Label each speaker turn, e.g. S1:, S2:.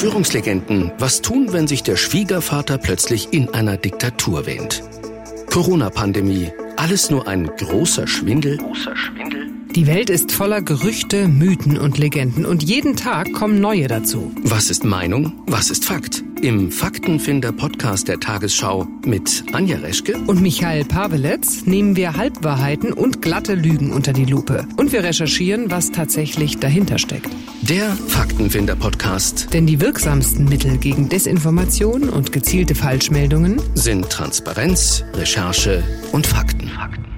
S1: Verschwörungslegenden. Was tun, wenn sich der Schwiegervater plötzlich in einer Diktatur wähnt? Corona-Pandemie. Alles nur ein großer Schwindel. Großer Schwindel.
S2: Die Welt ist voller Gerüchte, Mythen und Legenden und jeden Tag kommen neue dazu.
S1: Was ist Meinung? Was ist Fakt? Im Faktenfinder-Podcast der Tagesschau mit Anja Reschke
S2: Und Michael Pavelitz nehmen wir Halbwahrheiten und glatte Lügen unter die Lupe. Und wir recherchieren, was tatsächlich dahinter steckt.
S1: der Faktenfinder-Podcast
S2: Denn die wirksamsten Mittel gegen Desinformation und gezielte Falschmeldungen
S1: sind Transparenz, Recherche und Fakten. Fakten.